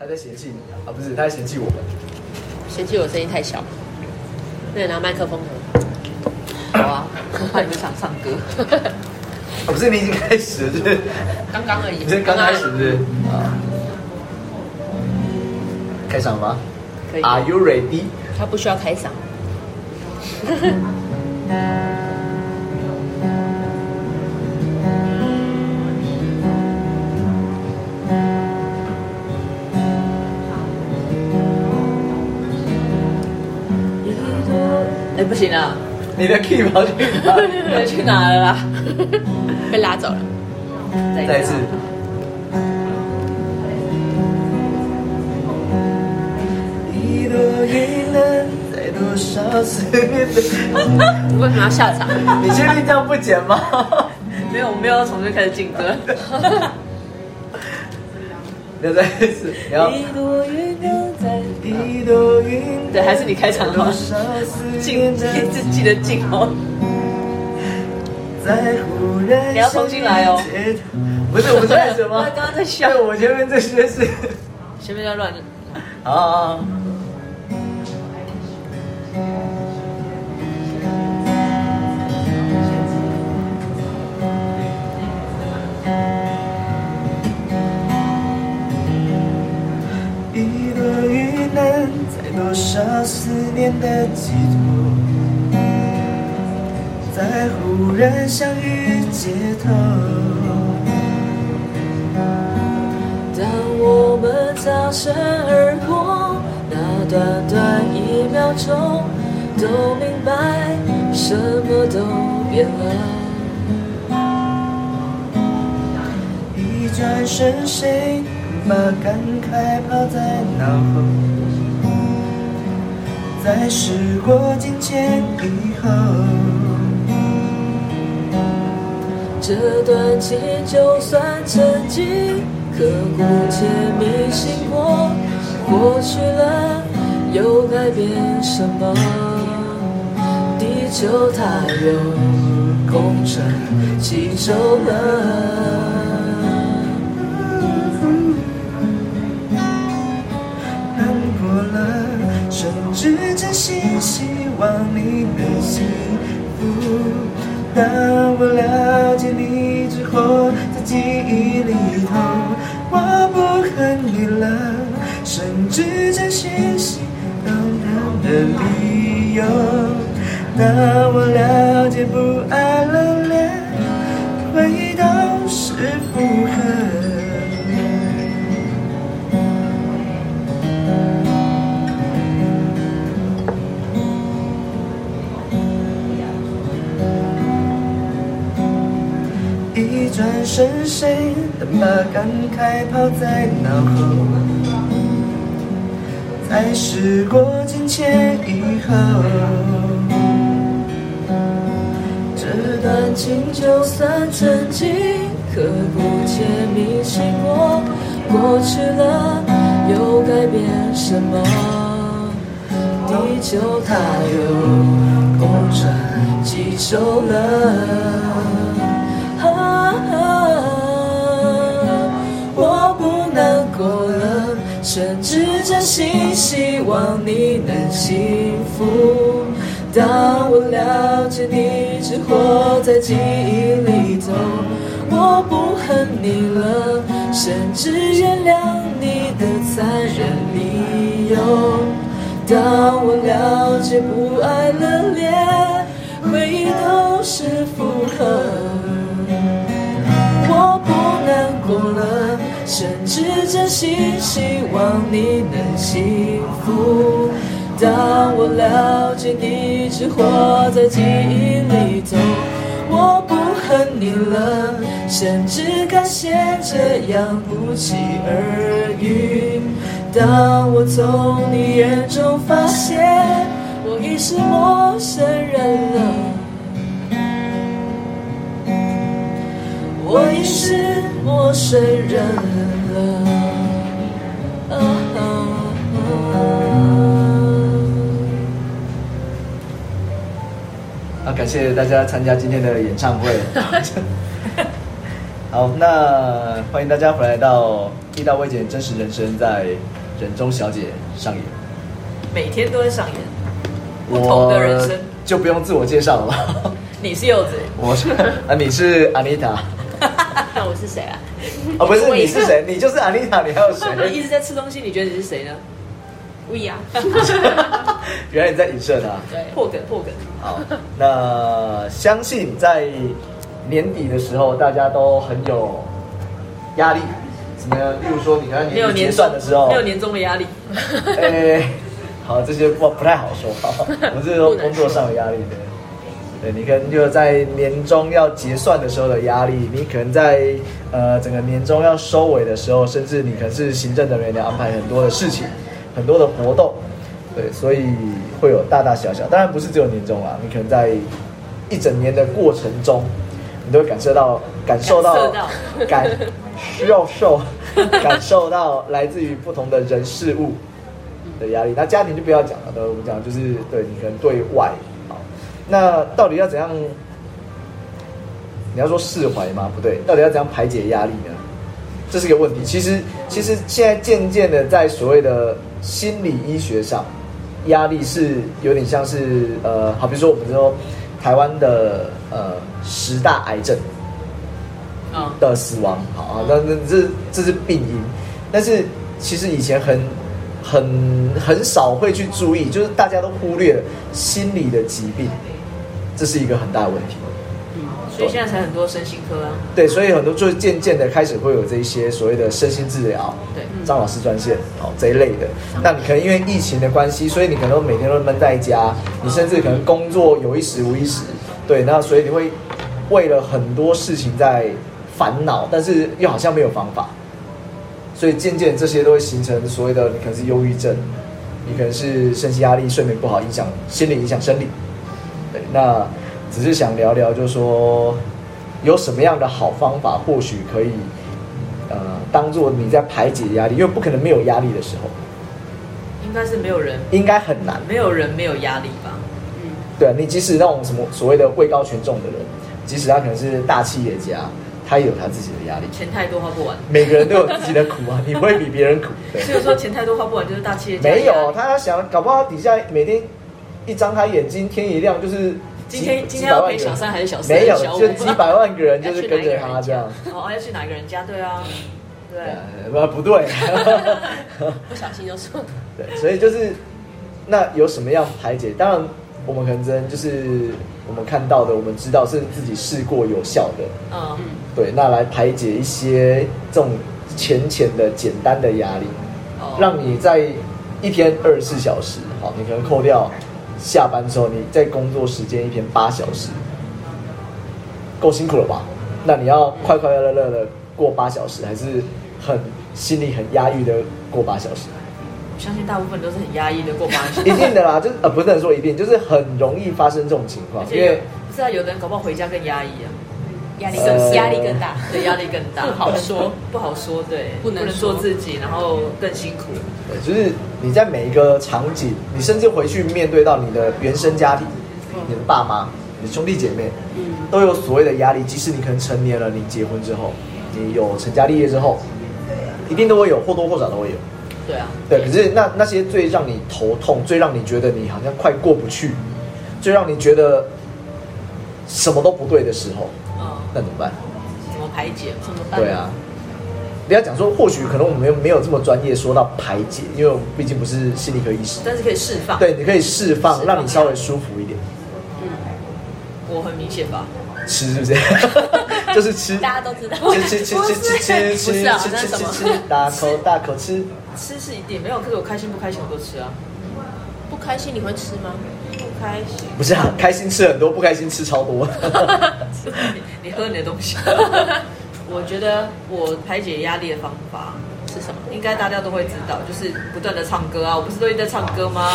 在嫌弃你啊，啊不是，他在嫌弃我们。嫌弃我声音太小，对，拿麦克风合。好啊，我怕你们想唱歌。 啊不是，你已经开始了，是不是？刚刚而已。你这刚开始是不是？啊。开场吗可以， ？Are you ready？他不需要开嗓。哎、不行 啊，你的 key 跑去哪里？人去哪 了啦？被拉走了。再一次。一朵云能载多少次？你为什么要笑 场？你确定这样不剪 吗？没有，我没有要从这开始进歌。要再一次，你要。一朵云能在一朵云对，还是你开场好多了，少思进念一直记得进哦。在忽然你要重新来哦间街头。不 是，我们在什么？他刚刚在笑对，，我前面这些是。前面在乱。 好好好。一朵云能载多少思念的寄托，在忽然相遇街头。当我们擦身而过，那短短一秒钟，都明白什么都变了。一转身，谁把感慨抛在脑后？在时过境迁以后，这段情就算曾经刻骨且铭心过，过去了又改变什么？地球它有公转几周了？难过了，甚至真心希望你能幸福。当我了解你之后，在记忆里头，我不恨你了，甚至真心希当然的理由。当我了解不爱了，连回都是负荷。一转身，谁能把感慨抛在脑后？在时过境迁以后，这段情就算曾经刻骨且铭心过，过去了又改变什么？地球它又公转几周了？啊，我不难过了，甚至真心希望你能幸福。当我了解你只活在记忆里头，我不恨你了，甚至原谅你的残忍理由。当我了解不爱了，连回忆都是负荷。我不难过了，甚至真心希望你能幸福。当我了解你只活在记忆里头，我不恨你了，甚至感谢这样不期而遇。当我从你眼中发现我已是陌生人了。我已是陌生人了。啊啊 Uh-huh 啊啊，感谢大家参加今天的演 唱会。好，那欢迎大家回来到《地道未减真实人生》在人中小姐上演。每天都在上演不同的人生我。就不用自我介绍了 吧？你是柚子，我是啊，你是 Anita 那我是谁啊？哦，不是我也你是谁？你就是 Anita，你还有你一谁？直在吃东西，你觉得你是谁呢？不一样。 原来你在影射他。对，破梗破梗，好，那相信在年底的时候，大家都很有压力。怎么样？例如说，你看没有年底年哎结算的时候，没有年终的压力。 哎、 好，这些不不太好说，我是说工作上的压力的。对你可能就在年终要结算的时候的压力，你可能在呃整个年终要收尾的时候，甚至你可能是行政人员要安排很多的事情，很多的活动，对，所以会有大大小小，当然不是只有年终啦，你可能在一整年的过程中，你都会感受到感受到感受到感要受感受到来自于不同的人事物的压力。那家庭就不要讲了，呃对，我们讲就是对你可能对外好，那到底要怎样？你要说释怀吗？不对，到底要怎样排解压力呢？这是一个问题。其实，其实现在渐渐的在所谓的心理医学上，压力是有点像是呃，好比说我们说台湾的呃十大癌症，啊，的死亡，好啊，那那这这是病因，但是其实以前很很很少会去注意，就是大家都忽略了心理的疾病，这是一个很大的问题。嗯所以现在才很多身心科啊。对，所以很多就是渐渐的开始会有这一些所谓的身心治疗，对张老师专线，好这一类的。那你可能因为疫情的关系，所以你可能都每天都闷在家，你甚至可能工作有一时无一时，对，那所以你会为了很多事情在烦恼，但是又好像没有方法，所以渐渐这些都会形成所谓的你可能是忧郁症，你可能是身心压力、睡眠不好，影响心理影响生理。对，那只是想聊聊，就是说有什么样的好方法，或许可以呃当做你在排解压力，因为不可能没有压力的时候，应该是没有人，应该很难。没有人没有压力吧？对啊，你即使那种什么所谓的位高权重的人，即使他可能是大企业家，他也有他自己的压力。钱太多花不完，每个人都有自己的苦啊，你 不会比别人苦。对。所以说钱太多花不完就是大企业家的压 没力。有，他想搞不好底下每天一张开眼睛，天一亮就是今天几今天要陪几百万个人小三还是小四没有还是小，五就几百万个人 就是跟着要他去哪一个人家这样。哦，啊要去哪一个人家？对啊，对呃，不不 对，不小心就说对，所以就是那有什么样排解？当然，我们可能真就是我们看到的，我们知道是自己试过有效的，嗯，对，那来排解一些这种浅浅的、简单的压力。哦，嗯让你在一天二十四小时，好，你可能扣掉下班之后，你在工作时间一天八小时，够辛苦了吧？那你要快快乐乐的过八小时，还是很心里很压抑的过八小时？我相信大部分都是很压抑的过八十 一定的啦，就是呃，不能说一定，就是很容易发生这种情况而，哦因且有为不是啊，有的人搞不好回家更压抑啊，压力呃更压力更大，对，压力更大， 不好说， 不好说，对，不能做说自己，然后更辛苦，对呃就是你在每一个场景，你甚至回去面对到你的原生家庭，嗯你的爸妈、你的兄弟姐妹，嗯，都有所谓的压力，即使你可能成年了，你结婚之后，你有成家立业之后，一定都会有，或多或少都会有。对啊，对，可是那那些最让你头痛，最让你觉得你好像快过不去，最让你觉得什么都不对的时候，嗯，那怎么办？怎么排解嘛？怎么办？对啊，，不要讲说，或许可能我们没有没有这么专业说到排解，因为我们毕竟不是心理科医师。但是可以释放，，对，你可以释释放，放让你稍微舒服一点，我很明显吧，吃 是不是？就是吃。大家都知道，吃吃吃吃吃吃吃吃啊吃吃吃，大口大口吃。吃是一定没有，可是我开心不开心我都吃啊，不开心你会吃吗？不开心，不是啊，开心吃很多，不开心吃超多。 你喝你的东西， 我觉得我排解压力的方法。吃什么？应该大家都会知道，就是不断的唱歌啊！我不是都一直在唱歌吗？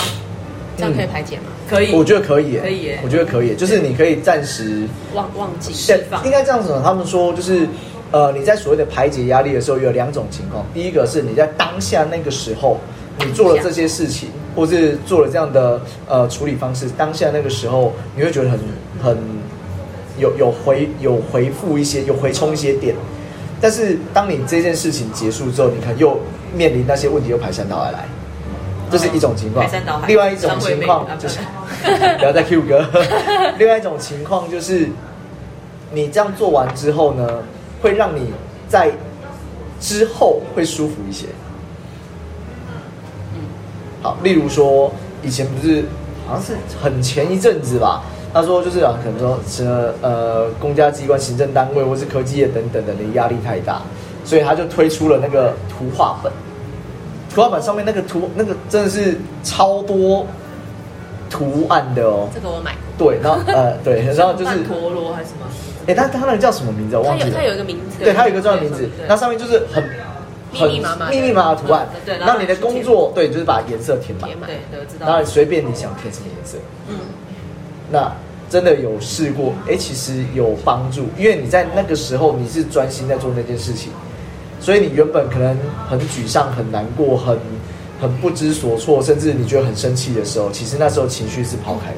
这样可以排解吗？可以，我觉得可以耶，可以耶我觉得可以耶，就是你可以暂时忘忘记释放应该这样子。哦他们说就是，呃，你在所谓的排解压力的时候，有两种情况。第一个是你在当下那个时候，你做了这些事情，或是做了这样的呃处理方式，当下那个时候你会觉得很很有有回有回复一些，有回冲一些点。但是当你这件事情结束之后，你可能又面临那些问题又排山倒海来，这是一种情况。排山倒海另外一种张惠情妹况啊就是 不要再 Q 哥。另外一种情况就是你这样做完之后呢，会让你在之后会舒服一些。好，例如说以前不是好像是很前一阵子吧，他说就是啊，可能说呃呃公家机关、行政单位或是科技业等等等的压力太大，所以他就推出了那个图画本。图画本上面那个图，那个真的是超多图案的哦。这个我买过，对，然后呃对，然后就是曼陀罗还是什么？哎，他他那个叫什么名字？我它忘记有了。它有一个名字，对，它有一个专门名字对对，那上面就是很很密密麻麻的密密麻麻的图案嗯，对然后让你的工作对，就是把颜色填满填。满对，对，我知当道然。随便你想填什么颜色。嗯，那真的有试过，哎、其实有帮助，因为你在那个时候你是专心在做那件事情，所以你原本可能很沮丧、很难过、很很不知所措，甚至你觉得很生气的时候，其实那时候情绪是抛开的。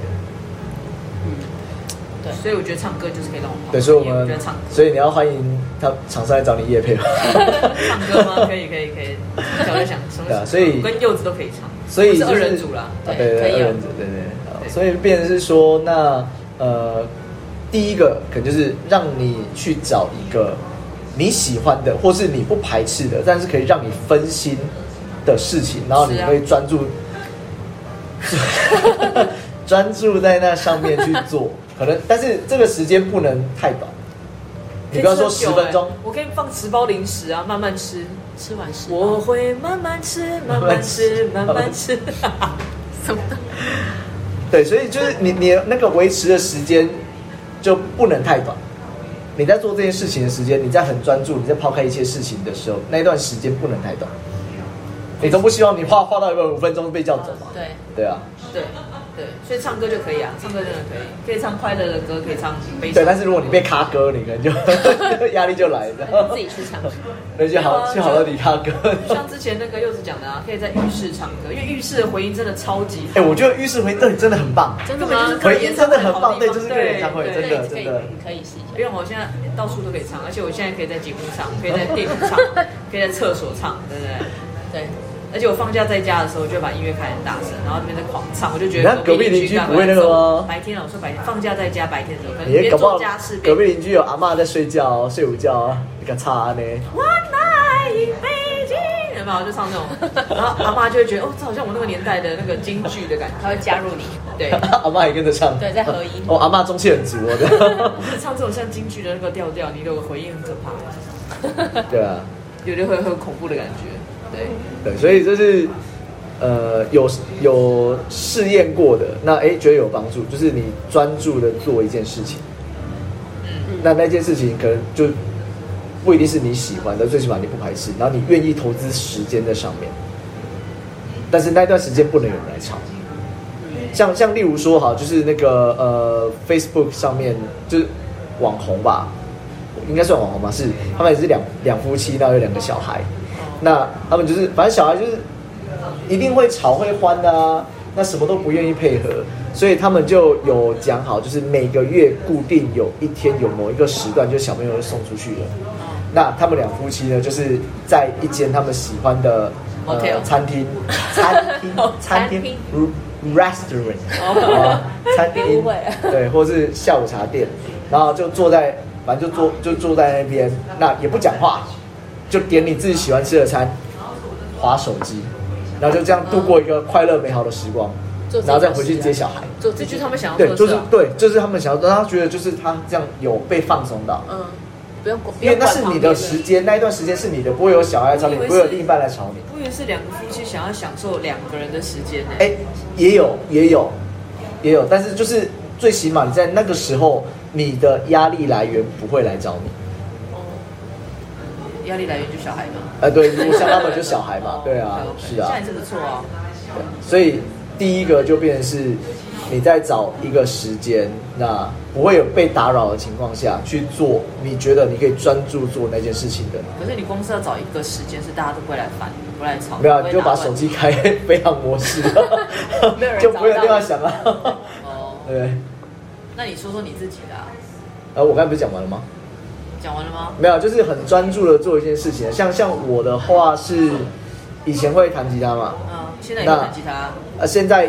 所以我觉得唱歌就是可以让我跑。对，所以我因为们觉得唱，歌，所以你要欢迎他厂商来找你叶配。 唱歌吗？可以，可以，可以。想就想，什对啊么？所以跟柚子都可以唱，所以、是就是、二人组啦。啊对对对可对，以二哦人组，对对对好对所以变成是说，那呃，第一个可能就是让你去找一个你喜欢的，或是你不排斥的，但是可以让你分心的事情，然后你是啊会专注， 专注在那上面去做。可能，但是这个时间不能太短，你不要说可以十吃很久分钟欸，我可以放十包零食啊，慢慢吃。吃完是我会慢慢吃，慢慢吃，慢慢吃。什么？对，所以就是你你那个维持的时间就不能太短。你在做这件事情的时间，你在很专注，你在抛开一切事情的时候，那一段时间不能太短。你都不希望你画画到一半五分钟被叫走嘛？对，对啊， 对对，所以唱歌就可以啊，唱歌真的可以，可以唱快乐的歌，可以唱悲伤。对。啊但是如果你被咖歌，你可能就 压力就来了。自己去唱。 那就好去好乐迪咖歌。像之前那个柚子讲的啊，可以在浴室唱歌，因为浴室的回音真的超级哎、我觉得浴室回音真的很棒，真的根本就是吗？个回演音唱真的会的很好棒，地对，方就是个演唱会，对真的可真以的。可以试一不下。用，我现在到处都可以唱，而且我现在可以在节目上，可 以在电影上，可以在厕所唱，对不对？对，而且我放假在家的时候，我就会把音乐开很大声，然后那边在狂唱，我就觉得那隔壁邻居不会那个吗白天啊，我说白天放假在家，白天的时候，可能你边搞不好做家事隔边壁邻居有阿嬷在睡觉、哦，睡午觉、哦，你敢插呢？ One night in Beijing，有没有？就唱这种，然后阿妈就会觉得，哦，这好像我那个年代的那个京剧的感觉。他会加入你。对，阿妈也跟着唱，对在合音哦，阿妈中气很足哦， 唱这种像京剧的那个调调，你的回应很可怕，对对啊，有的会很恐怖的感觉。对，对，所以就是呃，有有试验过的，那哎觉得有帮助，就是你专注的做一件事情，那那件事情可能就不一定是你喜欢的，最起码你不排斥，然后你愿意投资时间在上面，但是那段时间不能有人来吵。像像例如说哈，就是那个呃，Facebook 上面就是网红吧，应该算网红吧，是他们也是两两夫妻，然后有两个小孩，那他们就是反正小孩就是一定会吵会欢的啊，那什么都不愿意配合，所以他们就有讲好，就是每个月固定有一天有某一个时段，就小朋友就送出去了。那他们两夫妻呢，就是在一间他们喜欢的呃 Hotel 餐厅，餐厅哦，餐餐厅厅如 restaurant，哦啊餐别误厅会，对，或是下午茶店，然后就坐在，反正就坐就坐在那边，那也不讲话，就点你自己喜欢吃的餐，划手机，然后就这样度过一个快乐美好的时光做，自己然后再回去接小孩。做这这就就是他是他们们，想要做对，的就事是啊。对，就是他们想要，他觉得就是他这样有被放松到，嗯，不用管，不因为用那管是旁你边的时间，那一段时间是你的，不会有小孩来吵你，我以为不会有是另一半来吵你。我以为是两个夫妻想要享受两个人的时间呢、哎、也有，也有，也有，但是就是最起码你在那个时候，你的压力来源不会来找你。压力来源就小孩嘛。哦呃，对，如果像他们就小孩嘛，对啊，是啊现，在这不错哦。所以第一个就变成是你在找一个时间，那不会有被打扰的情况下去做，你觉得你可以专注做那件事情的，可是你光是要找一个时间是大家都不会来烦，不会来吵，没有啊，不你就会打把断手机开飞行模式，没有人就不会有找到电话响了， 哦。对。那你说说你自己的、啊，呃，我刚才不是讲完了吗？讲完了吗？没有，就是很专注的做一件事情。像像我的话是，以前会弹吉他嘛，嗯，现在也会弹吉他，啊，现在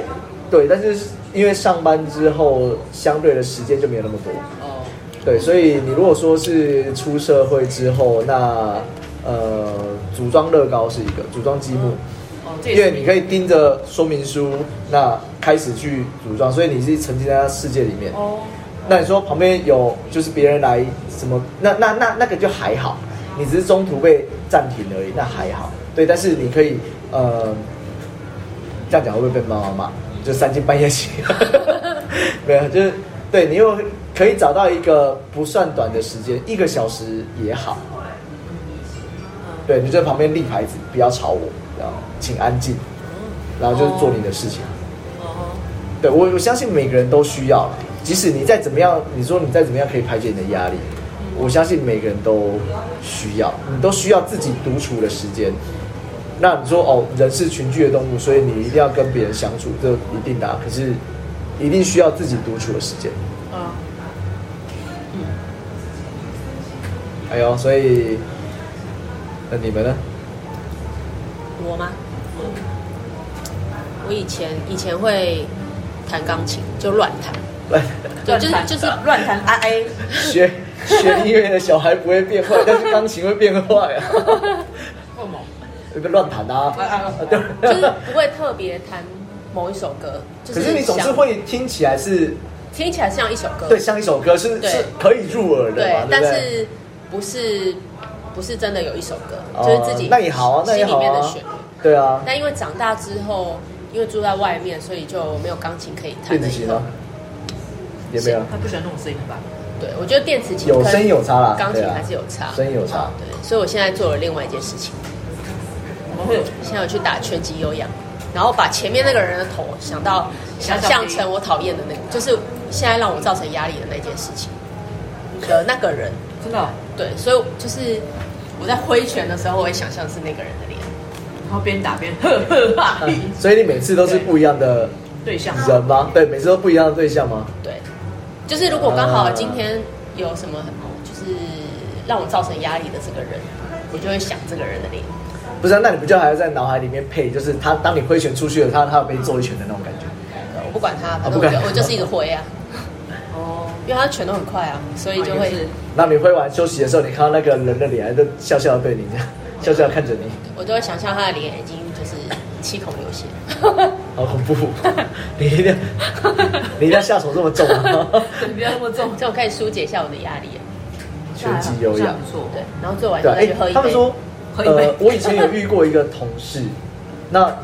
对，但是因为上班之后，相对的时间就没有那么多。哦，对，所以你如果说是出社会之后，那呃，组装乐高是一个组装积木，哦，这因也为是你可以盯着说明书，那开始去组装，所以你是沉浸在它世界里面。哦，那你说旁边有就是别人来什么，那那那那个就还好，你只是中途被暂停而已，那还好。对，但是你可以呃，这样讲会不会被妈妈骂？就三更半夜起， 没有，就是对你又可以找到一个不算短的时间，一个小时也好。对，你就在旁边立牌子，不要吵我，然后请安静，然后就是做你的事情。哦，对我我相信每个人都需要，即使你再怎么样，你说你再怎么样可以排解你的压力，我相信每个人都需要，你都需要自己独处的时间。那你说哦，人是群居的动物，所以你一定要跟别人相处，这一定的、啊。可是一定需要自己独处的时间。嗯啊，哎呦，所以那你们呢？ 我吗？嗯我以前以前会弹钢琴，就乱弹，来对，就是就是乱弹啊哎，学学音乐的小孩不会变坏，但是钢琴会变坏啊，恶魔，有个乱弹啊啊啊， 对。就是不会特别弹某一首 歌，就可是你总是想会听起来是听起来像一首歌，对，像一首歌是对是可以入耳的对嘛，，但对不对？是不是不是真的有一首歌，哦就是自己那也好啊，那心也里好面的啊旋律。，对啊，但因为长大之后，因为住在外面，所以就没有钢琴可以弹电了子以琴后呢，也没有他不喜欢那种声音吧？对，我觉得电子琴有跟声音有差啦，钢对琴啊还是有差，声音有差。对，所以我现在做了另外一件事情，我们会有现在我去打拳击有氧，然后把前面那个人的头想到想象成我讨厌的那个，就是现在让我造成压力的那件事情的那个人。真的哦，对，所以就是我在挥拳的时候，我会想象是那个人的脸。然后边打边呵呵哈嘿 嗯所以你每次都是不一样的对象，人吗？对，每次都不一样的对象吗？对，就是如果刚好啊今天有什么就是让我造成压力的这个人，我就会想这个人的脸。不是啊，那你不就还要在脑海里面配，就是他当你挥拳出去了，他他有被揍一拳的那种感觉。我不管他，反不正我管就我就是一个挥啊，哦，因为他拳都很快啊，所以就哦会也是那你挥完休息的时候，你看到那个人的脸，还在笑笑的对你这样，笑笑地看着你，我都会想象他的脸已经就是七孔流血。好恐怖！ 你一定要，你一定要下手这么重啊！对， 不要那么重，这样我可以疏解一下我的压力啊。拳击有这样氧还，不错，哦对，然后做完以对后啊，再哎、去喝一杯。他们说，喝一杯呃，我以前有遇过一个同事，那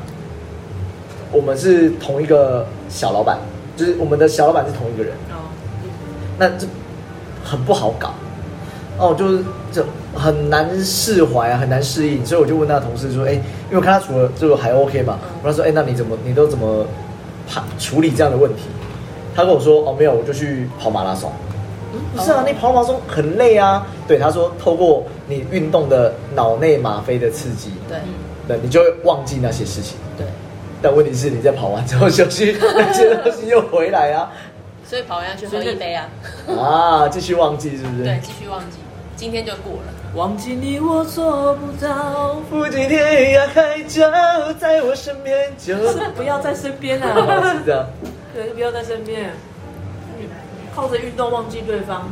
我们是同一个小老板，就是我们的小老板是同一个人，哦，那这很不好搞，哦，就是这很难释怀啊，很难适应，所以我就问他的同事说，哎、因为我看他除了这个还 OK 嘛，我跟他说，哎、那你怎么你都怎么判处理这样的问题？他跟我说，哦，没有，我就去跑马拉松。不是啊，你跑马拉松很累啊。对，他说透过你运动的脑内吗啡的刺激，对嗯对，你就会忘记那些事情。对，但问题是，你在跑完之后休息，那些东西又回来啊，所以跑完要去喝所以一杯啊。啊，继续忘记是不是？对，，继续忘记，今天就过了。忘记你我做不到，不惧天涯海角，在我身边就。是不要在身边哦 啊是，这 样，对，不要在身边，靠着运动忘记对方。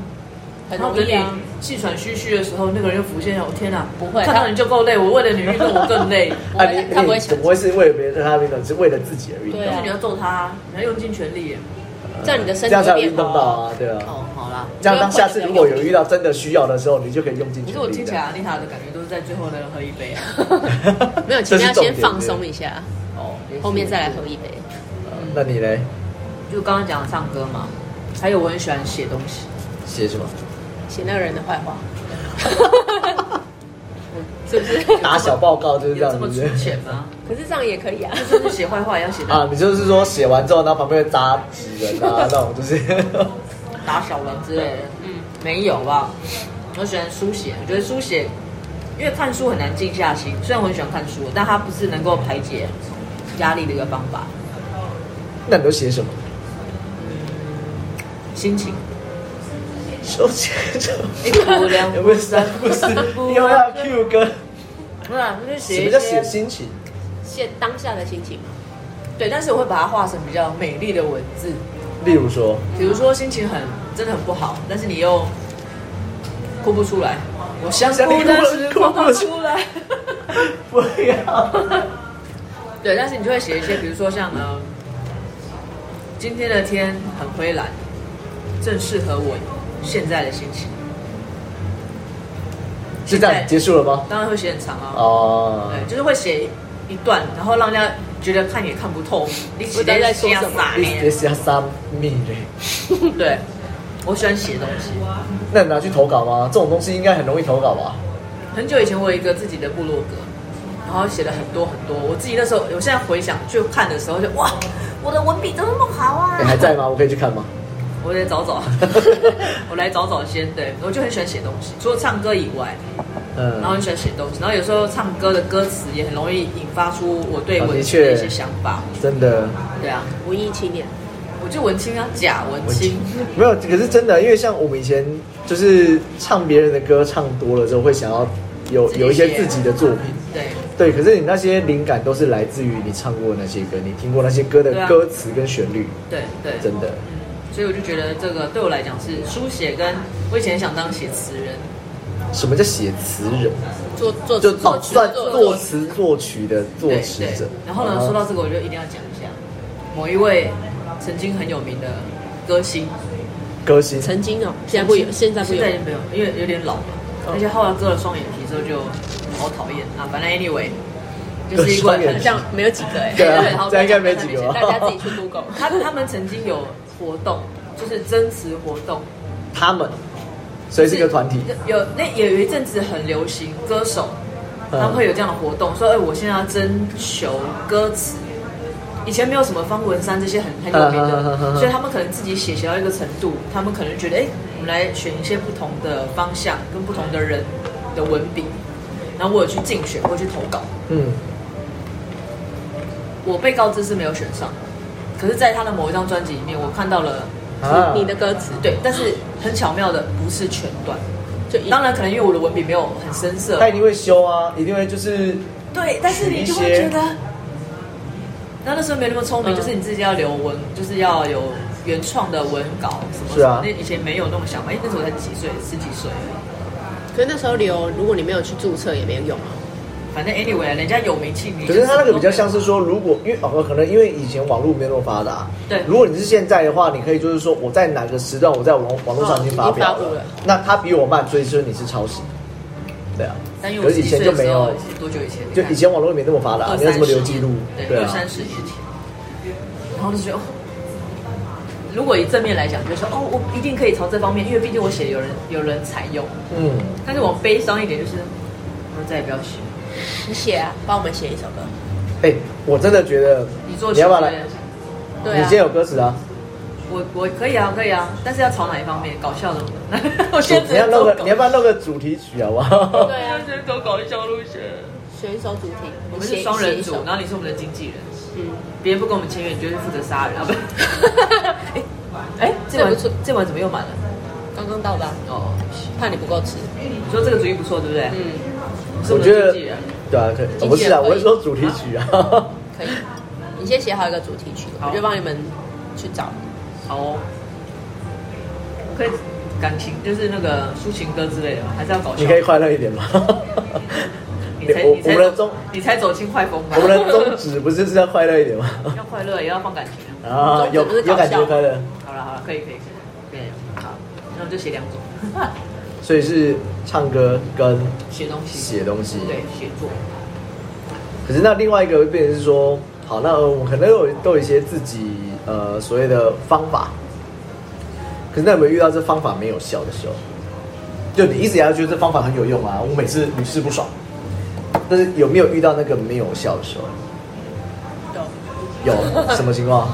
很然后容等你易啊。气喘吁吁的时候，那个人又浮现了。我天哪，不会看到你就够累，我为了你运动，我更累。不会他不会哎怎想么会是为了别人他运动，是为了自己而运动哎对？但是啊你要揍他，你要用尽全力耶。这样你的身体这样才有会变运动到啊，对啊。哦，好啦。这样当下次如果有遇到真的需要的时候，你就可以用尽可全是我力听起这来样。阿丽塔的感觉都是在最后那个喝一杯 啊。 没有，这前是面要重点先嗯放松一下，哦，后面再来喝一杯。那你嘞，就刚刚讲的唱歌嘛，还有我很喜欢写东西，写什么？写那个人的坏 话，是不是？ 打小报告就是这有样这么子粗。浅吗？可是这样也可以啊。就是写坏话也要写啊到，你就是说写完之后，然后旁边会扎纸人啊，那种就是。 打扫了之类的。嗯，没有吧？我喜欢书写，我觉得书写，因为看书很难静下心。虽然我很喜欢看书，但它不是能够排解压力的一个方法。那你都写什么？心情，手牵着一股两有股没有三不四，又要 Q 歌？不是啊，就是什写么一叫写些，心情？现当下的心情嘛。对，但是我会把它画成比较美丽的文字，例如说，比如说心情很真的很不好，但是你又哭不出来，我想想你哭，但哭了是哭哭不不出出来。不要， 对，但是你就会写一些，比如说像呃，今天的天很灰蓝，正适合我现在的心情。是这样结束了吗？当然会写很长啊，哦，对，就是会写一段，然后让人家觉得看也看不透，你不知道在说什么傻你也呢。是要三米嘞，对，我喜欢写东西。那你拿去投稿吗？这种东西应该很容易投稿吧？很久以前我有一个自己的部落格，然后写了很多很多。我自己那时候，我现在回想去看的时候就，哇，我的文笔怎么那么好啊！哎你还在吗？我可以去看吗？我得找找， 我来找找先。对，我就很喜欢写东西，除了唱歌以外，嗯然后很喜欢写东西。然后有时候唱歌的歌词也很容易引发出我对啊文青的一些想法。真的对啊，文艺青年，我就文青啊，假文青。没有，可是真的，因为像我们以前就是唱别人的歌，唱多了之后会想要有自己有一些写自己的作品。对，对，可是你那些灵感都是来自于你唱过那些歌，你听过那些歌对的啊歌词跟旋律，对对，真的。所以我就觉得这个对我来讲是书写跟我以前想当写词人，什么叫写词人？啊做做就作曲算作作词作曲的作对词对者。。啊嗯然后呢，说到这个，我就一定要讲一下某一位曾经很有名的歌星，歌星，曾经哦，现在不有，现在不有哦现在已，经没有，因为有点老了，而且后来割了双眼皮之后就好讨厌啊。反正 anyway，就是一割个双眼很皮 这样没有几个哎、对啊对 好这样应该没几个吧大家自己去 Google。他他们曾经有活动，就是增词活动，他们，所以是一个团体。有那也有一阵子很流行歌手，嗯他们会有这样的活动，说哎，我现在要征求歌词。以前没有什么方文山这些很很有名嗯嗯嗯嗯的嗯，所以他们可能自己写写到一个程度，他们可能觉得，哎、我们来选一些不同的方向跟不同的人的文笔。然后我有去竞选，我有去投稿，嗯，我被告知是没有选上，可是，在他的某一张专辑里面，我看到了，啊你的歌词对，但是很巧妙的不是全段。就一当然，可能因为我的文笔没有很深涩，他一定会修啊，一定会就是对，但是你就会觉得，那那时候没那么聪明，嗯就是你自己要留文，就是要有原创的文稿什么。是啊那以前没有那种想法，因为那时候我才几岁，十几岁而已。可是那时候留，如果你没有去注册也没有用啊。反正 anyway，人啊家有名气，你可就是他那个比较像什是说，如果因为哦，可能因为以前网络没有那么发达，对如果你是现在的话，你可以就是说我在哪个时段我在网网络上已经发表哦已经发布了那他比我慢，所以说你是抄袭，对啊么都没有，。但因为可我是十以几前岁就的没时候有，是多久以前？你就看以前网络也没那么发达，二没有什么三十留记录，对，对二啊，三十年前，然后就觉得，哦如果以正面来讲，就是说哦，我一定可以朝这方面，因为毕竟我写的有人有人采用。嗯，但是我悲伤一点就是，我再也不要写。你写啊，帮我们写一首歌。哎，我真的觉得你做你曲要不要来？对对你啊今，天有歌词啊？我我可以啊，可以啊，但是要朝哪一方面？搞 笑的吗？我现在只你要能弄走个，搞你要不要弄个主题曲好不 好？对啊现，在走搞笑路线。选一首主题。我们是双人写一组首，然后你是我们的经纪人，嗯， 别人不跟我们签约，你就是负责杀人啊不？ 哎哎，这碗这不错这碗怎么又满了？刚刚到的啊，哦，怕你不够吃。你说这个主意不错，对不对？嗯，是我们觉的得经纪人。对啊，可以，哦经纪人不是啊，可以我是说主题曲啊。可以。你先写好一个主题曲，好我就帮你们去找。好哦，我可以感情就是那个抒情歌之类的吗，还是要搞笑？你可以快乐一点吗？你才 我你才我们的宗走你才走进坏风吧？我们的宗旨不是就是要快乐一点吗？ 要快乐，也要放感情啊。啊，有宗旨不是搞有感觉笑快乐，好了好了，可以可以可以，对，好，那我就写两 种，所以是唱歌跟写东西，写东西。对，写作，可是那另外一个会变成是说，好，那我可能有都有一些自己呃所谓的方法，可是那有没有遇到这方法没有效的时候？就你一直以来觉得这方法很有用啊，我每次屡试不爽，但是有没有遇到那个没有效的时候？有有什么情 况？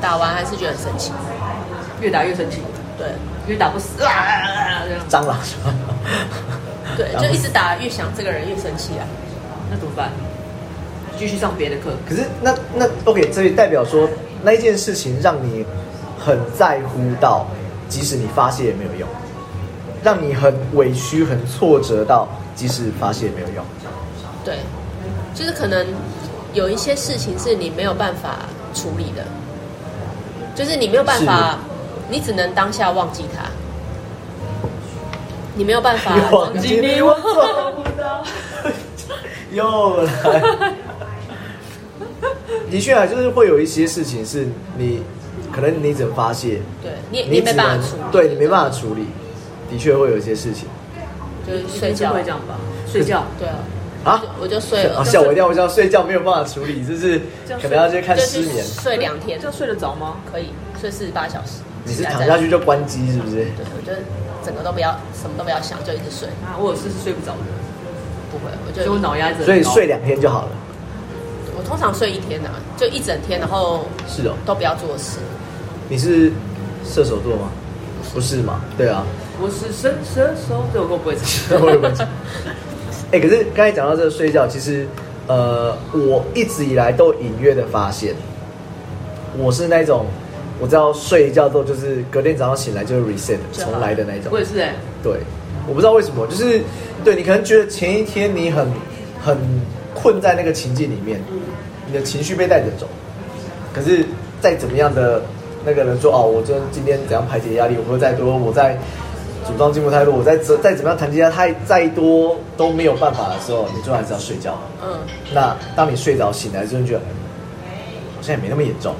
打完还是觉得很生气。越打越生气，对越打不死啊，这样，蟑螂是吧？对，然后就一直打，越想这个人越生气啊。那怎么办？继续上别的课，可是那那 OK，所以代表说那一件事情让你很在乎到，即使你发泄也没有用。让你很委屈、很挫折到，即使发泄也没有用。对，就是可能有一些事情是你没有办法处理的，就是你没有办法，你只能当下忘记它，你没有办法 忘记你我做不到。又 来。的确啊，就是会有一些事情是你，可能你只能发泄，对你，你没只办能法处理，对你没办法处理，的确会有一些事情就是睡是觉。会这样吧？睡觉，对啊，啊。我就睡了啊，，吓我一跳！我想睡觉没有办法处理，就是这样睡可能要去看就失去眠。睡两天这，样睡得着吗？可以睡四十八小时。你是起来躺再下去就关机是不是？对，我觉得整个都不要，什么都不要想，就一直睡。啊，我有试是睡不着的，不会，我所觉以得我脑压一直很高所以睡两天就好了。我通常睡一天啊，就一整天，然后是哦，都不要做事。你是射手座吗？不是嘛？对啊， 我是伸伸手，这首歌不会唱。我也不会讲。哎、可是刚才讲到这个睡觉，其实呃，我一直以来都隐约的发现，我是那种我知道睡一觉之后就是隔天早上醒来就是 reset 就好重来的那种我。也是哎、对，我不知道为什么，就是对你可能觉得前一天你很很困在那个情境里面，你的情绪被带着走，可是再怎么样的那个人说哦，我这今天怎样排解压力，我喝再多，我再主张进步太多，我再怎再怎么样谈价太再多都没有办法的时候，你最后还是要睡觉。嗯，那当你睡着醒来之后，你觉得嗯好像也没那么严重，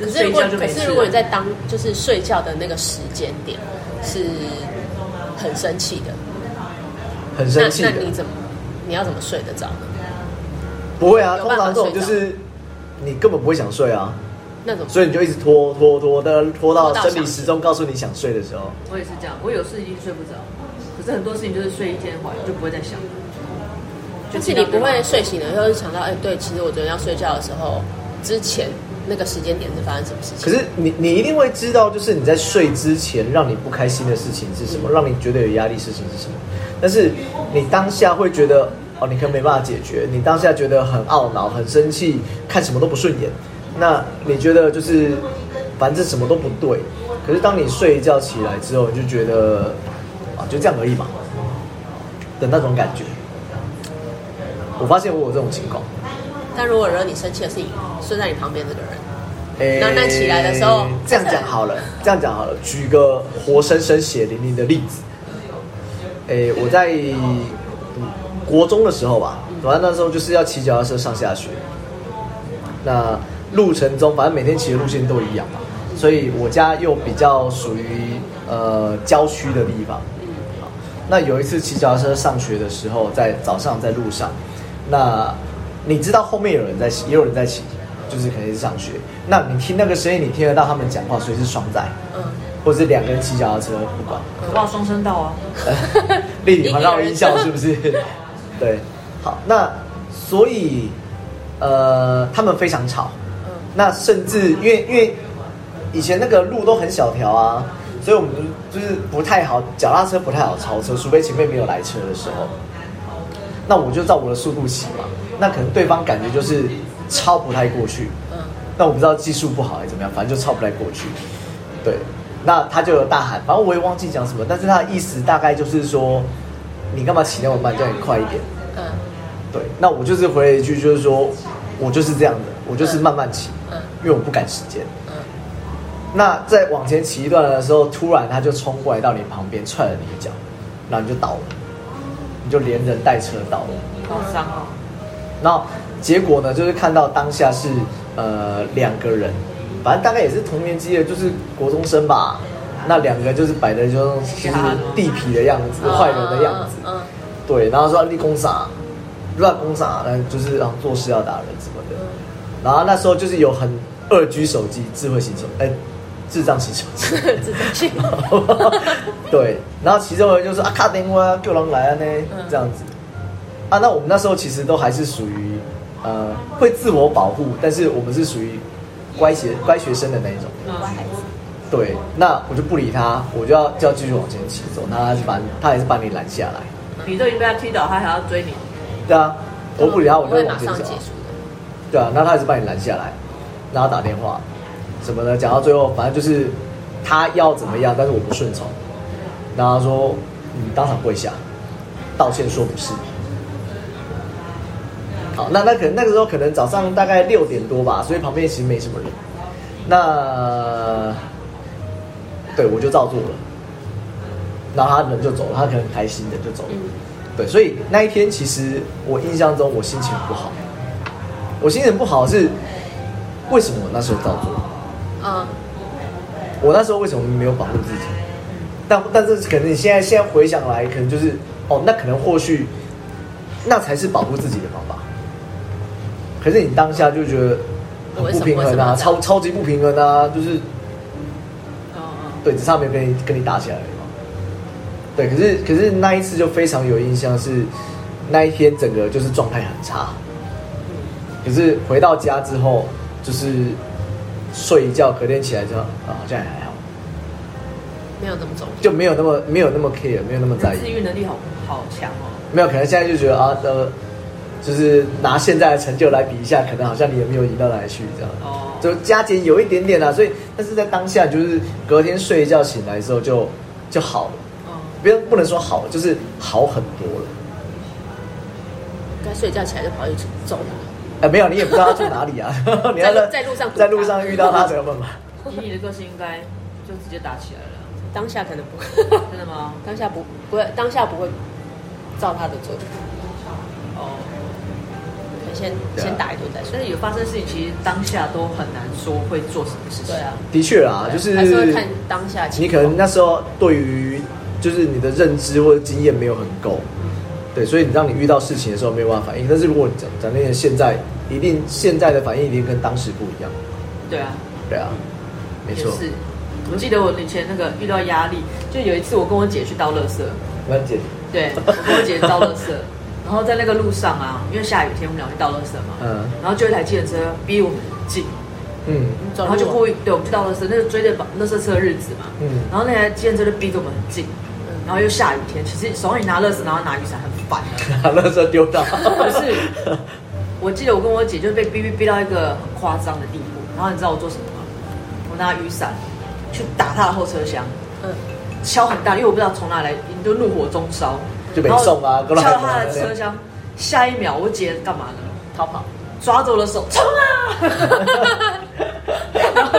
就可是是睡如果觉就可没事是了。如果你在当就是睡觉的那个时间点是很生气的，很生气那的。那你怎么你要怎么睡得着呢？不会啊，有通办法常这种就是你根本不会想睡啊。那怎么所以你就一直拖拖拖的拖到拖到生理想时钟告诉你想睡的时候，我也是这样，我有事一定睡不着，可是很多事情就是睡一天的话就不会再想。就是你不会睡醒了以后就想到，哎、对，其实我昨天要睡觉的时候之前那个时间点是发生什么事情？可是你你一定会知道，就是你在睡之前让你不开心的事情是什么，让你觉得有压力的事情是什么。但是你当下会觉得哦，你可能没办法解决，你当下觉得很懊恼、很生气，看什么都不顺眼。那你觉得就是反正什么都不对。可是当你睡一觉起来之后，你就觉得啊，就这样而已嘛的那种感觉。我发现我有这种情况。但如果惹你生气的是你睡在你旁边那个人，诶那那起来的时候这样讲好了，这样讲好了，举个活生生血淋淋的例子。诶，我在嗯国中的时候吧，反正那时候就是要骑脚踏车上下学。那路程中，反正每天骑的路线都一样嘛，所以我家又比较属于呃郊区的地方。好那有一次骑脚踏车上学的时候，在早上在路上，那你知道后面有人在骑，也有人在骑，就是肯定是上学。那你听那个声音，你听得到他们讲话，所以是双载，嗯，或者是两个人骑脚踏车，不管。渴望双声道哦啊， 立体环绕音效是不是？ 对，好，那所以呃，他们非常吵，那甚至因为因为以前那个路都很小条啊，所以我们就是不太好，脚踏车不太好超车，除非前面没有来车的时候。那我就照我的速度骑嘛，那可能对方感觉就是超不太过去，嗯，那我不知道技术不好还是怎么样，反正就超不太过去。对，那他就有大喊，反正我也忘记讲什么，但是他的意思大概就是说，你干嘛骑那么慢，叫你快一点。嗯对，那我就是回了一句，就是说我就是这样的，我就是慢慢骑，嗯因为我不赶时间。嗯，那在往前骑一段的时候，突然他就冲过来到你旁边，踹了你一脚，然后你就倒了，你就连人带车倒了。好伤哦。然后结果呢，就是看到当下是呃两个人，反正大概也是同年级的，就是国中生吧。那两个人就是摆的就是就是地痞的样子，坏人的样子。嗯，嗯对，然后说立功啥，乱功啥，然后就是啊做事要打人什么的。然后那时候就是有很二 G 手机，智慧型手，哎、智障型手机。嗯自尊心。 对，然后其中人就说啊，卡电话叫人来啊呢，嗯这样子。啊，那我们那时候其实都还是属于呃会自我保护，但是我们是属于乖学乖学生的那一种。嗯对，那我就不理他，我就要就要继续往前骑走，那他是把他还是把你拦下来。你都已经被他踢倒，他还要追你，对啊，我不理他，我不就会往马前上走结啊。束的。对啊，那他还是把你拦下来，然后打电话什么的，讲到最后，反正就是他要怎么样，但是我不顺从，然后他说你当场跪下，道歉说不是。好，那那可能那个时候可能早上大概六点多吧，所以旁边其实没什么人。那对我就照做了，然后他人就走了，他可能很开心的就走了。对，所以那一天其实我印象中我心情不好，我心情不好是为什么我那时候照做？嗯，我那时候为什么没有保护自己？但但是可能你现在现在回想来，可能就是哦，那可能或许那才是保护自己的方法。可是你当下就觉得很我为不什么平为衡什么啊，要这样超超级不平衡啊，就是哦哦，对，只差没有跟你跟你打起来而已嘛。对，可是可是那一次就非常有印象是，那一天整个就是状态很差。可是回到家之后，就是睡一觉，隔天起来之后，啊，好像也还好，没有这么重要。就没有那么没有那么 care，没有那么在意。自愈能力好好强哦。没有，可能现在就觉得啊，呃，就是拿现在的成就来比一下，可能好像你也没有赢到哪里去，这样，哦，就加减有一点点啦、所以，但是在当下，就是隔天睡一觉醒来之后就就好了，哦，不要不能说好了，就是好很多了。该睡觉起来就跑去揍他。哎，没有，你也不知道他住哪 里啊，你要在路上堵他在路上遇到他怎么办嘛？以你的个性应该就直接打起来 了，当下可能不，真的吗？当下不不会，当下不会照他的做，哦，可以先对啊先打一顿再所说。以有发生事情，其实当下都很难说会做什么事情。对啊，，的确啦，就还是会看是当下情你况可能那时候对于就是你的认知或者经验没有很够，对，所以你让你遇到事情的时候没有办法反应。但是如果你讲讲那些现在，一定现在的反应一定跟当时不一样，对啊，对啊，没也错。是。我记得我以前那个遇到压力，就有一次我跟我姐去倒垃圾，关姐，对我跟我姐倒垃圾，然后在那个路上啊，因为下雨天我们俩去倒垃圾嘛，嗯然后就有一台计程车逼我们很近，嗯走然路啊后就故意对我们去倒垃圾，那就追着垃圾车的日子嘛，嗯然后那台计程车就逼着我们很近，然后又下雨天，其实手上你拿垃圾，然后拿雨伞很烦啊。把嗯 垃圾丢 到，不是我记得我跟我姐就被逼逼逼到一个很夸张的地步，然后你知道我做什么吗？我拿雨伞去打她的后车厢，嗯，敲很大，因为我不知道从哪来，你就怒火中烧，就北宋啊然后过来敲到她的过来车厢，下一秒我姐干嘛呢？逃跑。抓着我的手，冲啊！ 然后，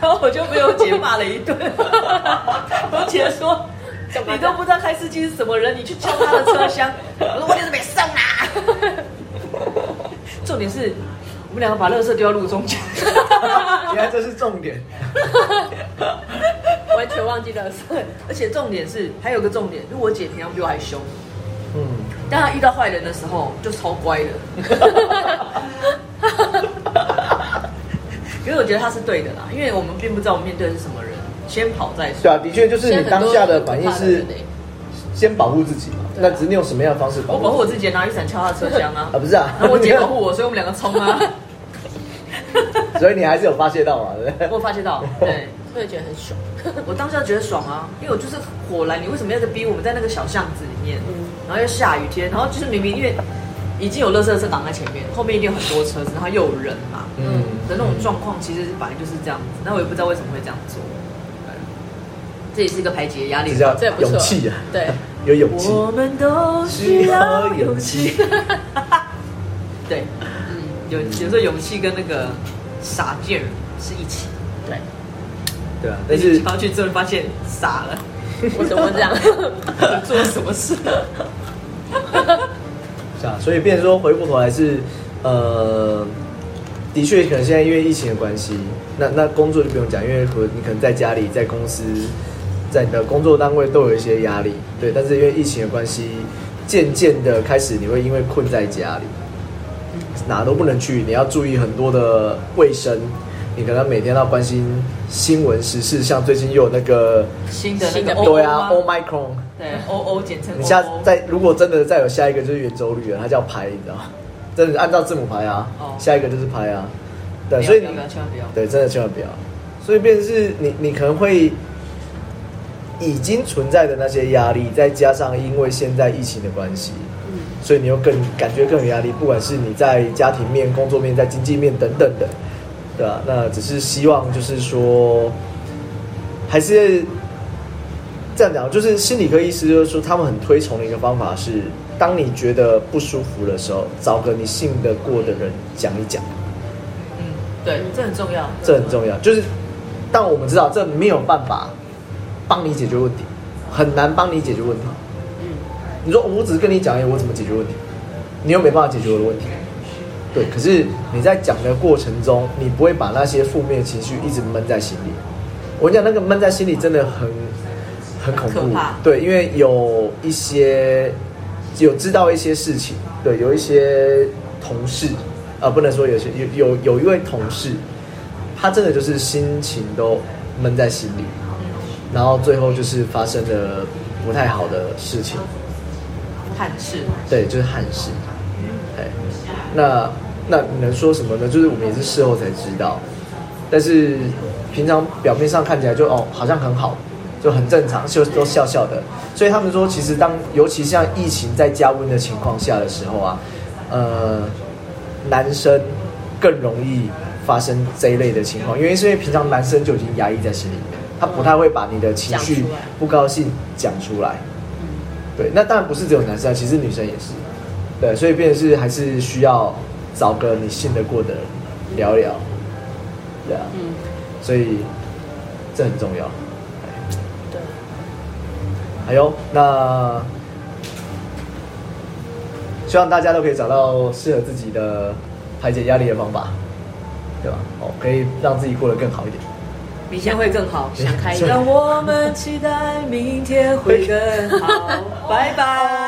然后我就被我姐骂了一 顿。我姐说：“干嘛你都不知道开司机是什么人，你去敲他的车厢。”我说：“我就是没送 啊。”重点是，我们两个把垃圾丢到路中 间，原来这是重点。啊完全忘记了事。而且重点是还有个重点，就我姐平常比我还凶，嗯，但她遇到坏人的时候就超乖 的。可是我觉得她是对的啦，因为我们并不知道我们面对的是什么人，先跑再说。对啊，的确就是现你在很当多下的反应可怕是人欸先保护自己嘛，那只是你用什么样的方式保啊我护？保护我自己，拿雨伞敲他的车厢啊 啊，。不是啊，然后我姐保护我，所以我们两个冲啊。 所以你还是有发泄到嘛，对不对？ 我发现到，对所以觉得很爽。我当下觉得爽啊，因为我就是火来，你为什么要在逼我们在那个小巷子里面，然后又下雨天，然后就是明明因为已经有垃圾车挡在前面，后面一定有很多车子，然后又有人嘛嗯的那种状况，其实本来就是这样子。那我也不知道为什么会这样做，对嗯这也是一个排解压力这叫的方法。这也不错勇气啊，对，有勇气。我们都需要勇气。对，嗯，有有时候勇气跟那个傻劲儿是一起。对， 对啊，但是跑去之后发现傻了， 为什么会这样？你 做了什么事？是啊，所以变成说回过头来是，呃，的确可能现在因为疫情的关系，那那工作就不用讲，因为可你可能在家里、在公司、在你的工作单位都有一些压力，对。但是因为疫情的关系，渐渐的开始你会因为困在家里，哪都不能去，你要注意很多的卫生，你可能每天要关心新闻时事，像最近又有那个，新的那新个的 O 对啊 O ，Oh my c r o n 对 O O 哦简称哦 O O。你下次再如果真的再有下一个就是圆周率了，它叫拍，你知道吗？真的按照字母排啊，哦下一个就是拍啊，不对，要所以不你要不要千万不要。对真的千万不要，所以变成是你你可能会已经存在的那些压力，再加上因为现在疫情的关系，所以你又更感觉更有压力，不管是你在家庭面、工作面、在经济面等等的，对啊，那只是希望就是说，还是这样讲，就是心理科医师就是说，他们很推崇的一个方法是，当你觉得不舒服的时候，找个你信得过的人讲一讲，嗯，对，这很重要，这很重要。就是，但我们知道这没有办法帮你解决问题，很难帮你解决问题。你说我只是跟你讲而已，哎我怎么解决问题？你又没办法解决我的问题。对，可是你在讲的过程中，你不会把那些负面情绪一直闷在心里。我跟你讲那个闷在心里真的很很恐很怖可怕，对，因为有一些有知道一些事情，对，有一些同事啊、呃不能说有些有有有一位同事，他真的就是心情都闷在心里，然后最后就是发生了不太好的事情，探视，对，就是憾事。哎，那那你能说什么呢？就是我们也是事后才知道，但是平常表面上看起来就哦，好像很好，就很正常，就都笑笑的。所以他们说，其实当尤其像疫情在加温的情况下的时候啊，呃，男生更容易发生这一类的情况，因为是因为平常男生就已经压抑在心里面，他不太会把你的情讲绪出来不高兴讲出来。对，那当然不是只有男生啊，其实女生也是。对，所以变成是还是需要找个你信得过的人聊聊，对啊，嗯，所以这很重要。对，哎呦，那希望大家都可以找到适合自己的排解压力的方法，对吧？哦，可以让自己过得更好一点。明天会更好。想开一点。 让我们期待明天会更好，拜拜。哦